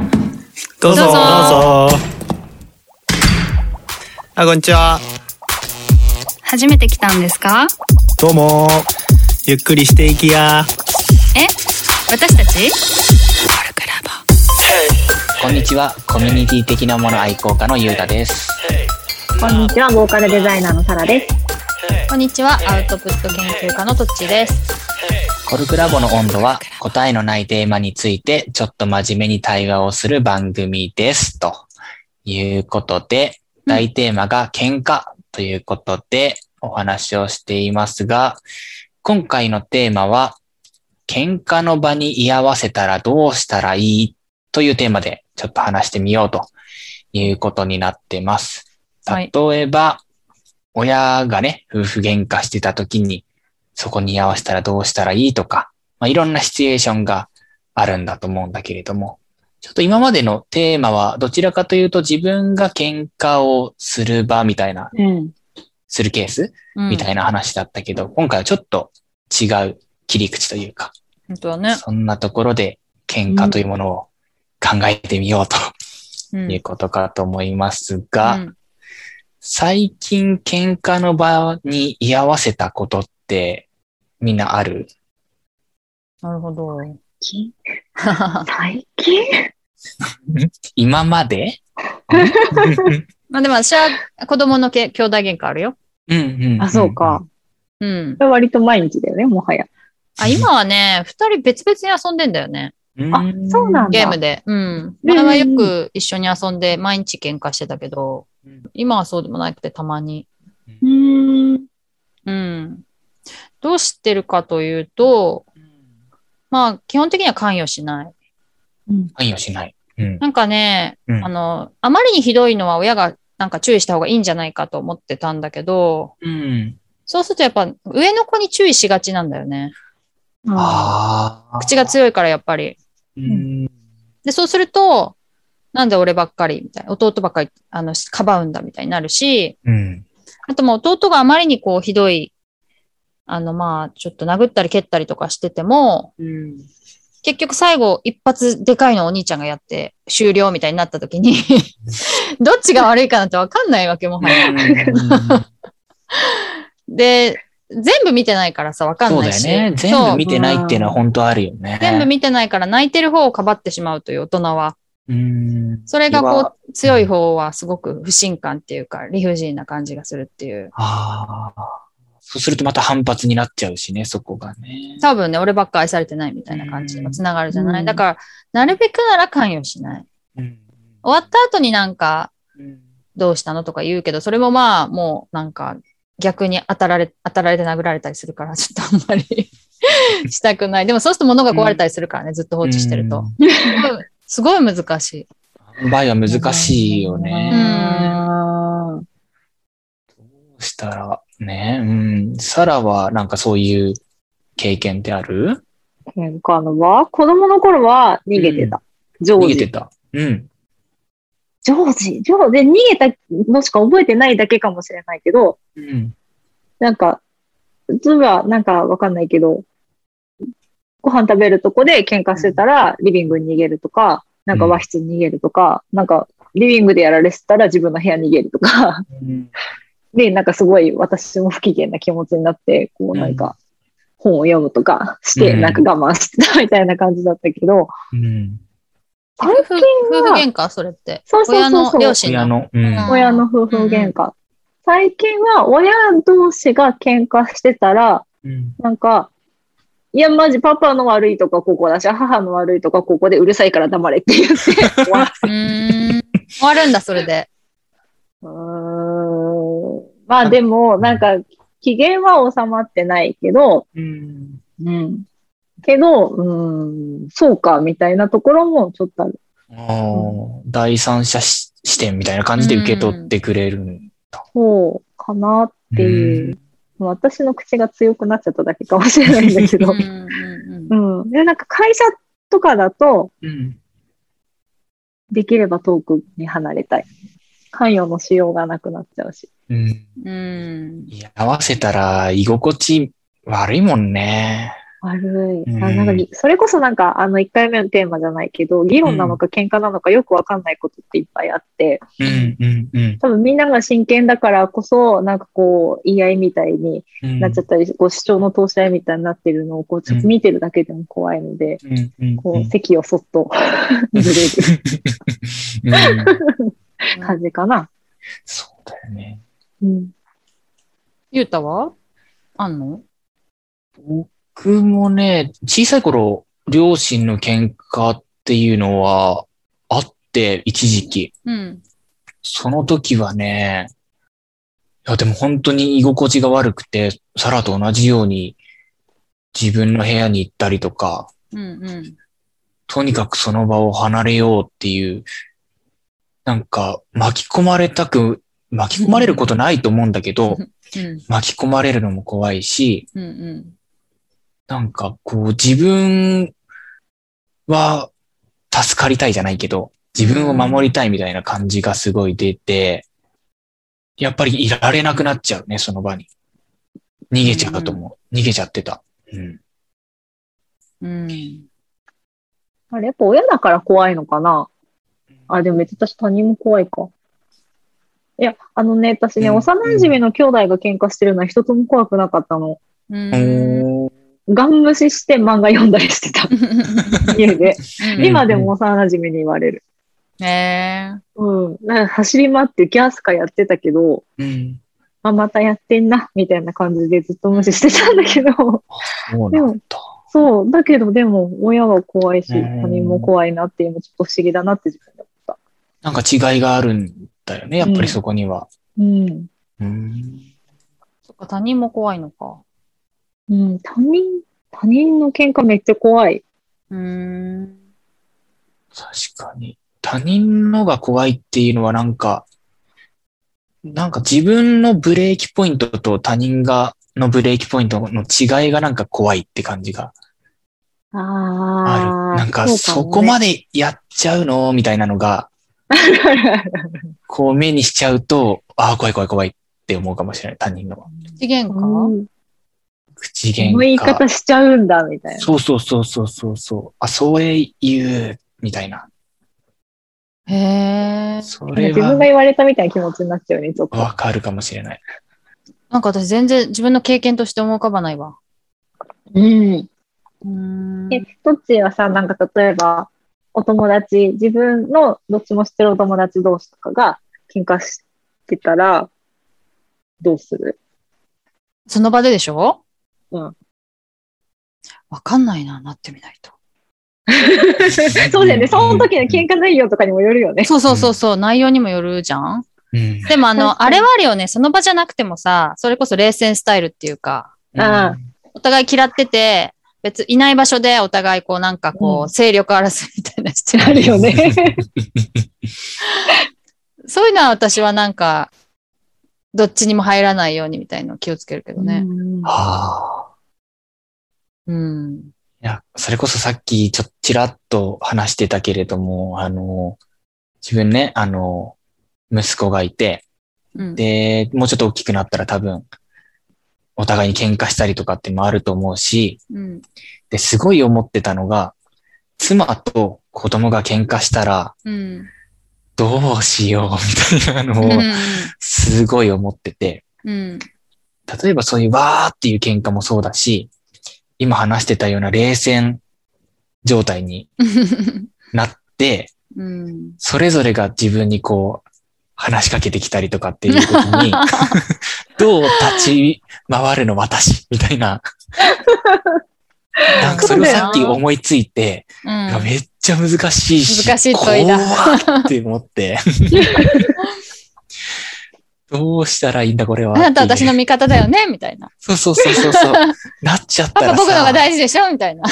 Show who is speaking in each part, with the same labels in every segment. Speaker 1: どうぞ
Speaker 2: どうぞ
Speaker 1: あこんにちは
Speaker 2: 初めて来たんですか
Speaker 1: どうもゆっくりしていき や
Speaker 2: え私たちソルクラボ
Speaker 3: こんにちは、コミュニティ的なもの愛好家のゆうたです。
Speaker 4: こんにちは、ボーカルデザイナーのサラです。
Speaker 5: こんにちは、アウトプット研究家のとっちです。
Speaker 3: コルクラボの温度は答えのないテーマについてちょっと真面目に対話をする番組です。ということで、大テーマが喧嘩ということでお話をしていますが、今回のテーマは、喧嘩の場に居合わせたらどうしたらいいというテーマでちょっと話してみようということになってます。
Speaker 5: はい
Speaker 3: 例えば、親がね、夫婦喧嘩してた時に、そこに居合わせたらどうしたらいいとか、まあ、いろんなシチュエーションがあるんだと思うんだけれども、ちょっと今までのテーマはどちらかというと自分が喧嘩をする場みたいな、
Speaker 4: うん。
Speaker 3: するケース
Speaker 5: うん、
Speaker 3: みたいな話だったけど、今回はちょっと違う切り口というか、
Speaker 5: 本当はね。
Speaker 3: そんなところで喧嘩というものを考えてみようと
Speaker 5: うん
Speaker 3: いうことかと思いますが、
Speaker 5: うん
Speaker 3: 最近喧嘩の場に居合わせたことってみんなある
Speaker 5: なるほど。
Speaker 4: き最近
Speaker 3: 今まで
Speaker 5: まあでも私は子供のけ兄弟喧嘩あるよ。
Speaker 3: うんうんん
Speaker 4: あ、そうか。。
Speaker 5: うん。
Speaker 4: 割と毎日だよね、もはや。
Speaker 5: あ、今はね、二人別々に遊んでんだよね。
Speaker 4: あ、そうなん
Speaker 5: ゲー
Speaker 4: だ
Speaker 5: ム。で。うん。前はよく一緒に遊んで毎日喧嘩してたけど
Speaker 3: うん、
Speaker 5: 今はそうでもなくてたまに。
Speaker 4: うーん。
Speaker 5: うん。どうしてるかというと、まあ基本的には関与しない。
Speaker 3: 関与しない。うん。
Speaker 5: なんかね、
Speaker 3: うん
Speaker 5: あの、あまりにひどいのは親がなんか注意した方がいいんじゃないかと思ってたんだけど、
Speaker 3: うん。
Speaker 5: そうするとやっぱ上の子に注意しがちなんだよね。
Speaker 3: ああ。
Speaker 5: 口が強いからやっぱり。
Speaker 3: うん。
Speaker 5: で、そうすると、なんで俺ばっかりみたいな、弟ばっかり、あの、かばうんだみたいになるし、
Speaker 3: うん。
Speaker 5: あともう弟があまりにこうひどい、あの、まあ、ちょっと殴ったり蹴ったりとかしてても、結局最後一発でかいのをお兄ちゃんがやって終了みたいになった時に、 どっちが悪いかなんてわかんないわけもはや。で、全部見てないからさ、わかん
Speaker 3: そう
Speaker 5: な
Speaker 3: だ
Speaker 5: い
Speaker 3: よ
Speaker 5: し。
Speaker 3: ね。全部見てないっていうのは本当あるよね。
Speaker 5: 全部見てないから泣いてる方をかばってしまうという大人は、
Speaker 3: うん。
Speaker 5: それが
Speaker 3: う
Speaker 5: こ
Speaker 3: わ
Speaker 5: う強い方はすごく不信感っていうか理不尽な感じがするっていう。
Speaker 3: ああ。そうするとまた反発になっちゃうしね、そこがね。
Speaker 5: 多分ね、俺ばっか愛されてないみたいな感じにもつながるじゃな
Speaker 4: う
Speaker 5: い。
Speaker 4: ん
Speaker 5: だから、なるべくなら関与しない。
Speaker 3: うん
Speaker 5: 終わった後になんか、
Speaker 3: うん
Speaker 5: どうしたのとか言うけど、それもまあ、もうなんか、逆に当たられ、当たられて殴られたりするから、ちょっとあんまり したくない。でもそうすると物が壊れたりするからね、ずっと放置してると。すごい難しい。
Speaker 3: 場合は難しいよね。
Speaker 4: うん。
Speaker 3: どうしたら、ね、うん。サラはなんかそういう経験ってある
Speaker 4: 喧嘩の場子供の頃は逃げてた。常
Speaker 3: 逃げて
Speaker 4: 時。
Speaker 3: た。うん。
Speaker 4: 常時。常時。で、逃げたのしか覚えてないだけかもしれないけど、
Speaker 3: うん。
Speaker 4: なんか、うつはなんかわかんないけど、ご飯食べるとこで喧嘩してたら、リビングに逃げるとか、なんか和室に逃げるとか、なんか、リビングでやられてたら自分の部屋に逃げると か、
Speaker 3: うん
Speaker 4: で、なんかすごい私も不機嫌な気持ちになって、
Speaker 3: う
Speaker 4: こうんなんか、本を読むとかして、
Speaker 3: うん
Speaker 4: なんか我慢してたみたいな感じだったけど、
Speaker 3: うん。
Speaker 4: 最
Speaker 5: 夫婦
Speaker 4: 近
Speaker 5: 夫婦
Speaker 4: は
Speaker 5: 喧嘩それって。
Speaker 4: そうそう
Speaker 5: 親
Speaker 4: そう
Speaker 5: の
Speaker 4: そう
Speaker 5: 両親
Speaker 3: 親
Speaker 5: の。
Speaker 3: の、うん。
Speaker 5: うん
Speaker 4: 親の夫婦喧嘩。最近は親同士が喧嘩してたら、
Speaker 3: うん
Speaker 4: なんか、いや、マジパパの悪いとかここだし、母の悪いとかここでうるさいから黙れって言って終わ
Speaker 5: うーん終わるんだ、それで。
Speaker 4: うーんまあでも、なんか、機嫌は収まってないけど、
Speaker 3: うん。
Speaker 4: うん。けど、うーん、そうか、みたいなところもちょっとある。
Speaker 3: あー第三者し視点みたいな感じで受け取ってくれる。
Speaker 4: そうかなっていう。もう私の口が強くなっちゃっただけかもしれないんだけ
Speaker 5: う
Speaker 4: ど
Speaker 5: ん。うんうん
Speaker 4: うん。で、なんか会社とかだと、
Speaker 3: うん。
Speaker 4: できれば遠くに離れたい。関与のしようがなくなっちゃうし。
Speaker 3: うん。
Speaker 5: うん
Speaker 3: 居合わせたら居心地悪いもんね。
Speaker 4: 悪い。
Speaker 3: うん
Speaker 4: あなんかぎそれこそなんか、あの、1回目のテーマじゃないけど、議論なのか喧嘩なのかよくわかんないことっていっぱいあって、
Speaker 3: うんうんうん
Speaker 4: 多分みんなが真剣だからこそ、なんかこう、言い合いみたいに
Speaker 3: うん。
Speaker 4: なっちゃったり、こう主張の通し合いみたいになってるのを、こう、ちょっと見てるだけでも怖いので、
Speaker 3: うんうん
Speaker 4: こう、席をそっと ずれる
Speaker 3: うん
Speaker 4: 感じかな。
Speaker 3: そうだよね。
Speaker 4: うん。
Speaker 5: ゆうたはあんの
Speaker 3: 僕もね、小さい頃、両親の喧嘩っていうのはあって、一時期。
Speaker 5: うん。
Speaker 3: その時はね、いや、でも本当に居心地が悪くて、サラと同じように自分の部屋に行ったりとか、
Speaker 5: うんうん。
Speaker 3: とにかくその場を離れようっていう、なんか巻き込まれたく、巻き込まれることないと思うんだ けど、
Speaker 5: うん
Speaker 3: 巻き込まれるのも怖いし、
Speaker 5: うんうん。
Speaker 3: なんかこう自分は助かりたいじゃないけど、自分を守りたいみたいな感じがすごい出て、やっぱりいられなくなっちゃうね、その場に。逃げちゃうと思う。逃げちゃってた。うん。
Speaker 5: うん。
Speaker 4: あれ、やっぱ親だから怖いのかなあ、でも別に私他人も怖いか。いや、あのね、私ね、
Speaker 3: うん
Speaker 4: 幼馴染の兄弟が喧嘩してるのは一つも怖くなかったの。
Speaker 5: うん。
Speaker 4: ガン無視して漫画読んだりして た。家で。
Speaker 3: うん
Speaker 4: 今でも幼馴染に言われる。
Speaker 5: え
Speaker 4: うん。なんか走り回ってギャースカやってたけど、
Speaker 3: うん。
Speaker 4: あ、またやってんな、みたいな感じでずっと無視してたんだけど、
Speaker 3: そうなんだ。
Speaker 4: そう。だけど、でも、親は怖いし、
Speaker 3: うん
Speaker 4: 他人も怖いなっていうのちょっと不思議だなって自分で思った。
Speaker 3: なんか違いがあるんだよね、やっぱりそこには。
Speaker 4: うん。
Speaker 3: うん。
Speaker 5: そっか、他人も怖いのか。
Speaker 4: うん。他人、他人の喧嘩めっちゃ怖い。
Speaker 5: うん。
Speaker 3: 確かに。他人のが怖いっていうのはなんか、なんか自分のブレーキポイントと他人が、のブレーキポイントの違いがなんか怖いって感じがある。
Speaker 4: ああ。
Speaker 3: なんかそこま
Speaker 4: で。
Speaker 3: でやっちゃうのみたいなのが、こう目にしちゃうと、ああ、怖い怖い怖いって思うかもしれない、他人のは。
Speaker 5: 資源
Speaker 4: う
Speaker 5: か
Speaker 4: ん
Speaker 3: 口
Speaker 4: こ
Speaker 3: 喧
Speaker 4: の言い
Speaker 3: 嘩。
Speaker 4: 方しちゃうんだ、みたいな。
Speaker 3: そうそうそうそうそうそう。あ、それ言う、みたいな。
Speaker 5: へえ。
Speaker 3: そ
Speaker 4: なん
Speaker 3: れ
Speaker 4: か自分が
Speaker 3: は
Speaker 4: 言われたみたいな気持ちになっちゃうね、ちょっと。
Speaker 3: わかるかもしれない。
Speaker 5: なんか私全然自分の経験として思い浮かばないわ。
Speaker 4: うん。
Speaker 5: うん
Speaker 4: え、どっちはさ、なんか例えば、お友達、自分のどっちも知ってるお友達同士とかが喧嘩してたら、どうする
Speaker 5: その場ででしょ
Speaker 4: うん。
Speaker 5: わかんないな、なってみないと。
Speaker 4: そうだよね。その時の喧嘩内容とかにもよるよね。
Speaker 5: そうそうそうそう、内容にもよるじゃん
Speaker 3: うん。
Speaker 5: でもあ
Speaker 4: 確
Speaker 5: の、
Speaker 4: か
Speaker 5: あ
Speaker 4: に
Speaker 5: れはあるよね、その場じゃなくてもさ、それこそ冷戦スタイルっていうか、
Speaker 4: ああ
Speaker 5: お互い嫌ってて、別いない場所でお互いこうなんかこう、
Speaker 4: うん
Speaker 5: 勢力争いみたいなして
Speaker 4: あ
Speaker 5: る。
Speaker 4: るよ ね。
Speaker 5: そういうのは私はなんか、どっちにも入らないようにみたいなの気をつけるけどね。
Speaker 4: うん
Speaker 3: はあ。
Speaker 5: うん。
Speaker 3: いや、それこそさっきちょっとちらっと話してたけれども、あの、自分ね、あの、息子がいて、
Speaker 5: うん。
Speaker 3: で、もうちょっと大きくなったら多分、お互いに喧嘩したりとかってもあると思うし、
Speaker 5: うん。
Speaker 3: で、すごい思ってたのが、妻と子供が喧嘩したら、
Speaker 5: うん。
Speaker 3: どうしようみたいな
Speaker 5: う
Speaker 3: のを、
Speaker 5: ん。
Speaker 3: すごい思ってて、
Speaker 5: うん。
Speaker 3: 例えばそういうわーっていう喧嘩もそうだし、今話してたような冷戦状態になって、
Speaker 5: うん。
Speaker 3: それぞれが自分にこう、話しかけてきたりとかっていう時 に、どう立ち回るの私みたいな。なんかそれをさっき思いついて、
Speaker 5: うん
Speaker 3: いやめっちゃ難しいし、
Speaker 5: 難しい問いだ
Speaker 3: 怖っって思 って。どうしたらいいんだこれは。
Speaker 5: あなた
Speaker 3: って
Speaker 5: 私
Speaker 3: いう
Speaker 5: の味方だよねみたいな。
Speaker 3: そうそうそうそ うそう。なっちゃっ
Speaker 5: パ
Speaker 3: た
Speaker 5: パ
Speaker 3: ら
Speaker 5: 僕の方が
Speaker 3: さ、
Speaker 5: 大事でしょみたいな。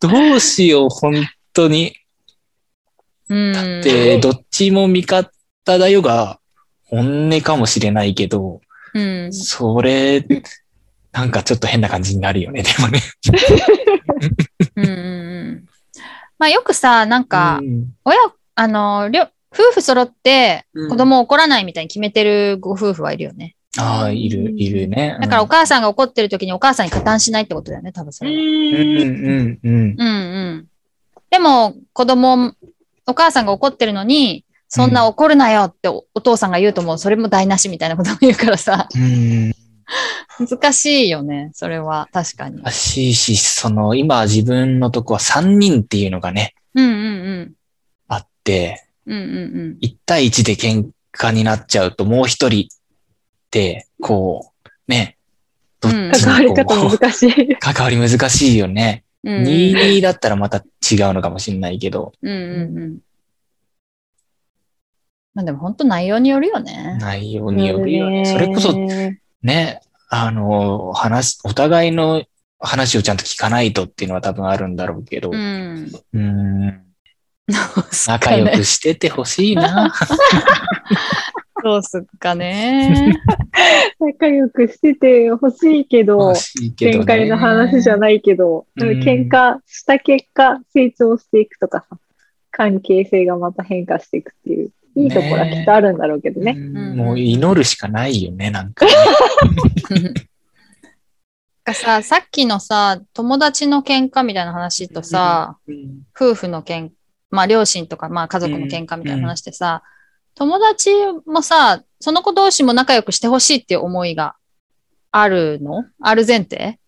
Speaker 3: どうしよう、本当に。
Speaker 5: うん。
Speaker 3: だって、どっちも味方だよが、本音かもしれないけど、
Speaker 5: うん。
Speaker 3: それ、なんかちょっと変な感じになるよね、でもね。
Speaker 5: うんうんうん。まあよくさ、なんか
Speaker 3: う、ん
Speaker 5: 親、あの、りょ夫婦揃って
Speaker 3: うん
Speaker 5: 子供怒らないみたいに決めてるご夫婦はいるよね。
Speaker 3: ああ、いる、いるね。
Speaker 5: だからお母さんが怒ってる時にお母さんに加担しないってことだよね、多分それは。
Speaker 3: うん、うん、うん。
Speaker 5: うんうん。でも、子供、お母さんが怒ってるのに、そんな怒るなよっておお父さんが言うともうそれも台無しみたいなことも言うからさ、
Speaker 3: うん。
Speaker 5: 難しいよね、それは。確かに。
Speaker 3: らしいし、その、今自分のとこは3人っていうのがね、
Speaker 5: うんうん
Speaker 3: あって、
Speaker 5: うん。うんうんうん。
Speaker 3: 1対1で喧嘩になっちゃうと、もう一人って、こう、ね、どっち
Speaker 5: うん
Speaker 4: 関わ
Speaker 3: に
Speaker 4: り
Speaker 3: こ
Speaker 4: 方
Speaker 3: う、
Speaker 4: 難しい。
Speaker 3: 関わり難しいよね。
Speaker 5: うんうん
Speaker 3: 22だったらまた違うのかもしれないけど、
Speaker 5: うんうん。まあでも本当内容によるよね。
Speaker 3: 内容によるよね。それこそ
Speaker 4: ね
Speaker 3: ね、あの、話、お互いの話をちゃんと聞かないとっていうのは多分あるんだろうけど、
Speaker 5: うん。
Speaker 3: うん
Speaker 5: 仲
Speaker 3: 仲良くしててほし いな。
Speaker 5: どうすっかね。
Speaker 4: 仲良くしててほしいけど
Speaker 3: 欲、しいけど
Speaker 4: 見解の
Speaker 3: ね。
Speaker 4: 話じゃないけど、
Speaker 3: うん
Speaker 4: 喧嘩した結果成長していくとかさ、関係性がまた変化していくっていう、いいところはきっとあるんだろうけどね。
Speaker 3: うんもう祈るしかないよね、なん かね。
Speaker 5: か さ、さっきのさ、友達の喧嘩みたいな話とさ、
Speaker 3: うん
Speaker 5: 夫婦の喧まあ両親とか、まあ家族の喧嘩みたいな話でさ、友達もさ、その子同士も仲良くしてほしいっていう思いがあるのある前提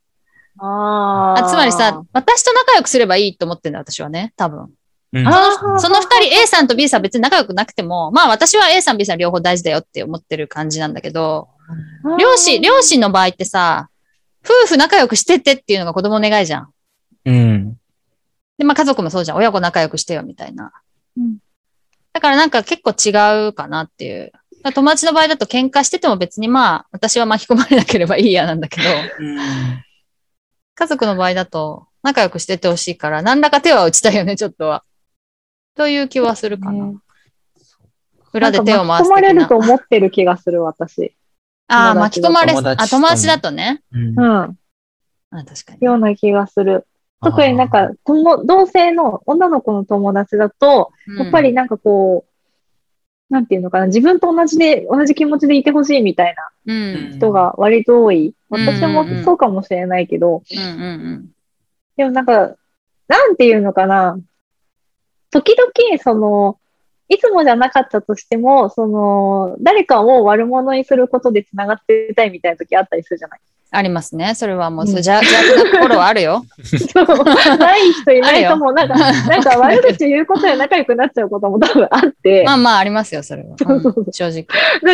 Speaker 4: あ
Speaker 5: あつまりさ、私と仲良くすればいいと思ってんだ、私はね、多分。
Speaker 3: うん
Speaker 4: あー
Speaker 5: その二人 A さんと B さん別に仲良くなくても、まあ私は A さん B さん両方大事だよって思ってる感じなんだけど、両親、両親の場合ってさ、夫婦仲良くしてってっていうのが子供の願いじゃん。
Speaker 3: うん。
Speaker 5: で、まあ家族もそうじゃん。親子仲良くしてよみたいな。
Speaker 4: うん
Speaker 5: だからなんか結構違うかなっていう。だから友達の場合だと喧嘩してても別にまあ私は巻き込まれなければいいやなんだけど、家族の場合だと仲良くしてってほしいから、何らか手は打ちたいよね、ちょっとは。という気はするかな。
Speaker 4: ね
Speaker 5: 裏で手を回す
Speaker 4: なんか巻き込
Speaker 5: 的
Speaker 4: まれ
Speaker 5: な
Speaker 4: ると思ってる気がする、私。
Speaker 5: ああ、巻き込まれ、
Speaker 3: 友達と
Speaker 5: あ、友達だとね。
Speaker 3: うん
Speaker 4: うん。
Speaker 5: あ確かに。
Speaker 4: ような気がする。特になんか、とも同性の女の子の友達だと、やっぱりなんかこう、なんていうのかな、自分と同じで、同じ気持ちでいてほしいみたいな
Speaker 5: うん、う
Speaker 3: あー
Speaker 5: ん、
Speaker 4: 人が割と多い。
Speaker 5: うん
Speaker 4: 私もそうかもしれないけど、
Speaker 5: うん、うん
Speaker 4: でもなんか、なんていうのかな。時々、その、いつもじゃなかったとしても、その、誰かを悪者にすることで繋がってたいみたいな時あったりするじ ゃない。
Speaker 5: ありますね。それはもう、
Speaker 4: うん
Speaker 5: それ邪悪な心はある よ。
Speaker 4: そうない人いないとも、なんか、
Speaker 5: あ
Speaker 4: なんか悪口言うことで仲良くなっちゃうことも多分あって、
Speaker 5: まあまあ、ありますよ、それは。
Speaker 4: そうそうそう
Speaker 5: うん正直。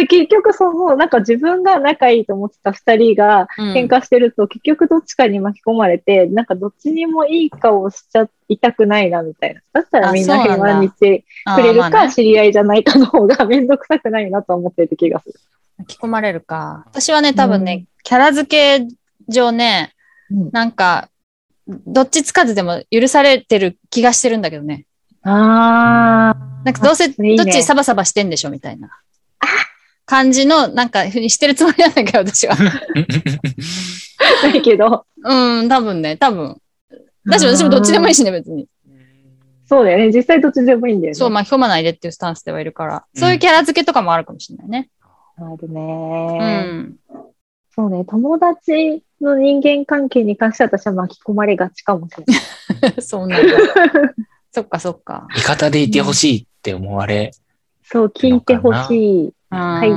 Speaker 4: で結局その、なんか自分が仲いいと思ってた二人が
Speaker 5: うん
Speaker 4: 喧嘩してると、結局どっちかに巻き込まれて、なんかどっちにもいい顔をしちゃいたくないな、みたいな。だったらみんな
Speaker 5: あそうな
Speaker 4: 平
Speaker 5: んだ
Speaker 4: 和にしてく
Speaker 5: あ
Speaker 4: れる
Speaker 5: ーまあ
Speaker 4: か、
Speaker 5: ね
Speaker 4: 知り合いじゃないかの方がめんどくさくないなと思ってる気がする。
Speaker 5: 巻き込まれるか。私はね、多分ね、
Speaker 4: うん
Speaker 5: キャラ付け上ね、
Speaker 4: うん
Speaker 5: なんか、どっちつかずでも許されてる気がしてるんだけどね。
Speaker 4: あ
Speaker 5: なんかどうせ、ど
Speaker 4: いいね
Speaker 5: っちサバサバしてんでしょみたいな感じの、なんか、ふうにしてるつもりなんだけど、私は。
Speaker 4: あ。だ けど、
Speaker 5: うん、多分ね、多分。だし、私もどっちでもいいしね、別に。
Speaker 4: そうだよね。実際どっちでもいいんだよね。
Speaker 5: そう、巻き込まないでっていうスタンスではいるから、そういうキャラ付けとかもあるかもしれないね。
Speaker 4: ある
Speaker 5: う
Speaker 4: ね、
Speaker 5: ん。
Speaker 4: そうね。友達の人間関係に関しては私は巻き込まれがちかもしれない。
Speaker 5: そう なん だ。そっか、そっか。
Speaker 3: 味方でいてほしいって思われ。
Speaker 4: そう、聞いてほしい。
Speaker 5: は
Speaker 4: はい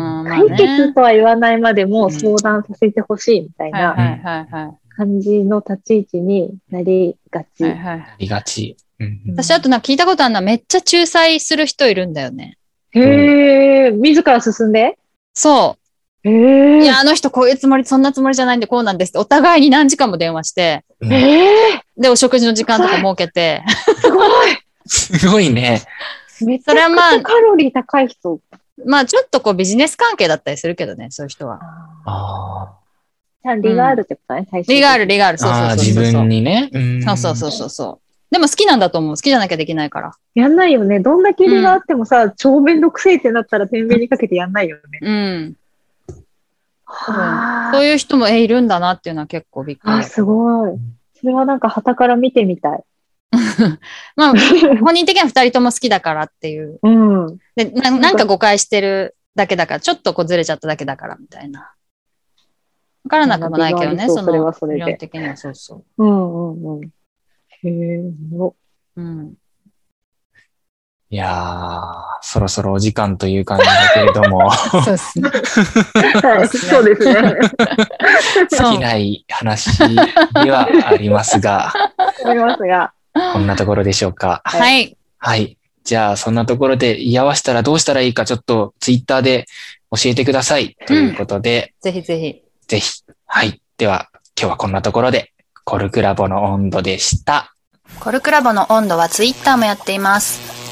Speaker 4: 解決とは言わないまでも相談させてほしいみたい
Speaker 5: はいは
Speaker 4: ない
Speaker 5: はいはい。
Speaker 4: 感じの立ち位置になりがち。
Speaker 5: はいはい
Speaker 3: ありがち。うん
Speaker 5: 私、あとなんか聞いたことあるのは、めっちゃ仲裁する人いるんだよね。
Speaker 4: へえ、自ら進んで
Speaker 5: そ
Speaker 4: へ
Speaker 5: う。い
Speaker 4: え
Speaker 5: や、あの人こういうつもり、そんなつもりじゃないんでこうなんですって、お互いに何時間も電話して、
Speaker 4: へえ、
Speaker 5: で、お食事の時間とか設けて、
Speaker 4: すごい
Speaker 3: すごいね。
Speaker 4: めち
Speaker 5: そ
Speaker 4: ゃ
Speaker 5: れは
Speaker 4: く
Speaker 5: まあ
Speaker 4: ちゃカロリー高い人。
Speaker 5: まあちょっとこうビジネス関係だったりするけどね、そういう人は。
Speaker 3: あ
Speaker 4: ちゃんリガールってことね、最初。
Speaker 5: リガール、リガール、
Speaker 3: ー
Speaker 5: そうそう
Speaker 3: あー、
Speaker 5: そう
Speaker 3: 自
Speaker 5: そう。
Speaker 3: 分にね。
Speaker 5: そうそうそうそうそう。でも好きなんだと思う。好きじゃなきゃできないから。
Speaker 4: やんないよね。どんだけリガーあってもさ、超めんどくせえってなったら天秤にかけてやんないよね。
Speaker 5: うん。
Speaker 4: は
Speaker 5: そういう人も、え、いるんだなっていうのは結構びっくり
Speaker 4: あ、。すごい。それはなんか旗から見てみたい。
Speaker 5: まあ、本人的には二人とも好きだからっていう。
Speaker 4: うん。
Speaker 5: でな、なんか誤解してるだけだから、ちょっとこうずれちゃっただけだからみたいな。からなくもないけどね、
Speaker 4: 学びがありそう
Speaker 5: の、
Speaker 4: それはそれで
Speaker 5: 理論的にはそうそ
Speaker 4: うんうんうん。へえ、お
Speaker 5: う。うん。
Speaker 3: いやー、そろそろお時間という感じだけれども、
Speaker 5: そうですね。
Speaker 4: はい そうですね。
Speaker 5: そう
Speaker 3: 尽きない話ではあります が、
Speaker 4: 思いますが。
Speaker 3: こんなところでしょうか。
Speaker 5: はい。
Speaker 3: はい。じゃあ、そんなところで居合わせたらどうしたらいいか、ちょっとツイッターで教えてください。ということで、
Speaker 5: ぜひぜひ。
Speaker 3: ぜひ。はい。では、今日はこんなところで、コルクラボの温度でした。
Speaker 2: コルクラボの温度はツイッターもやっています。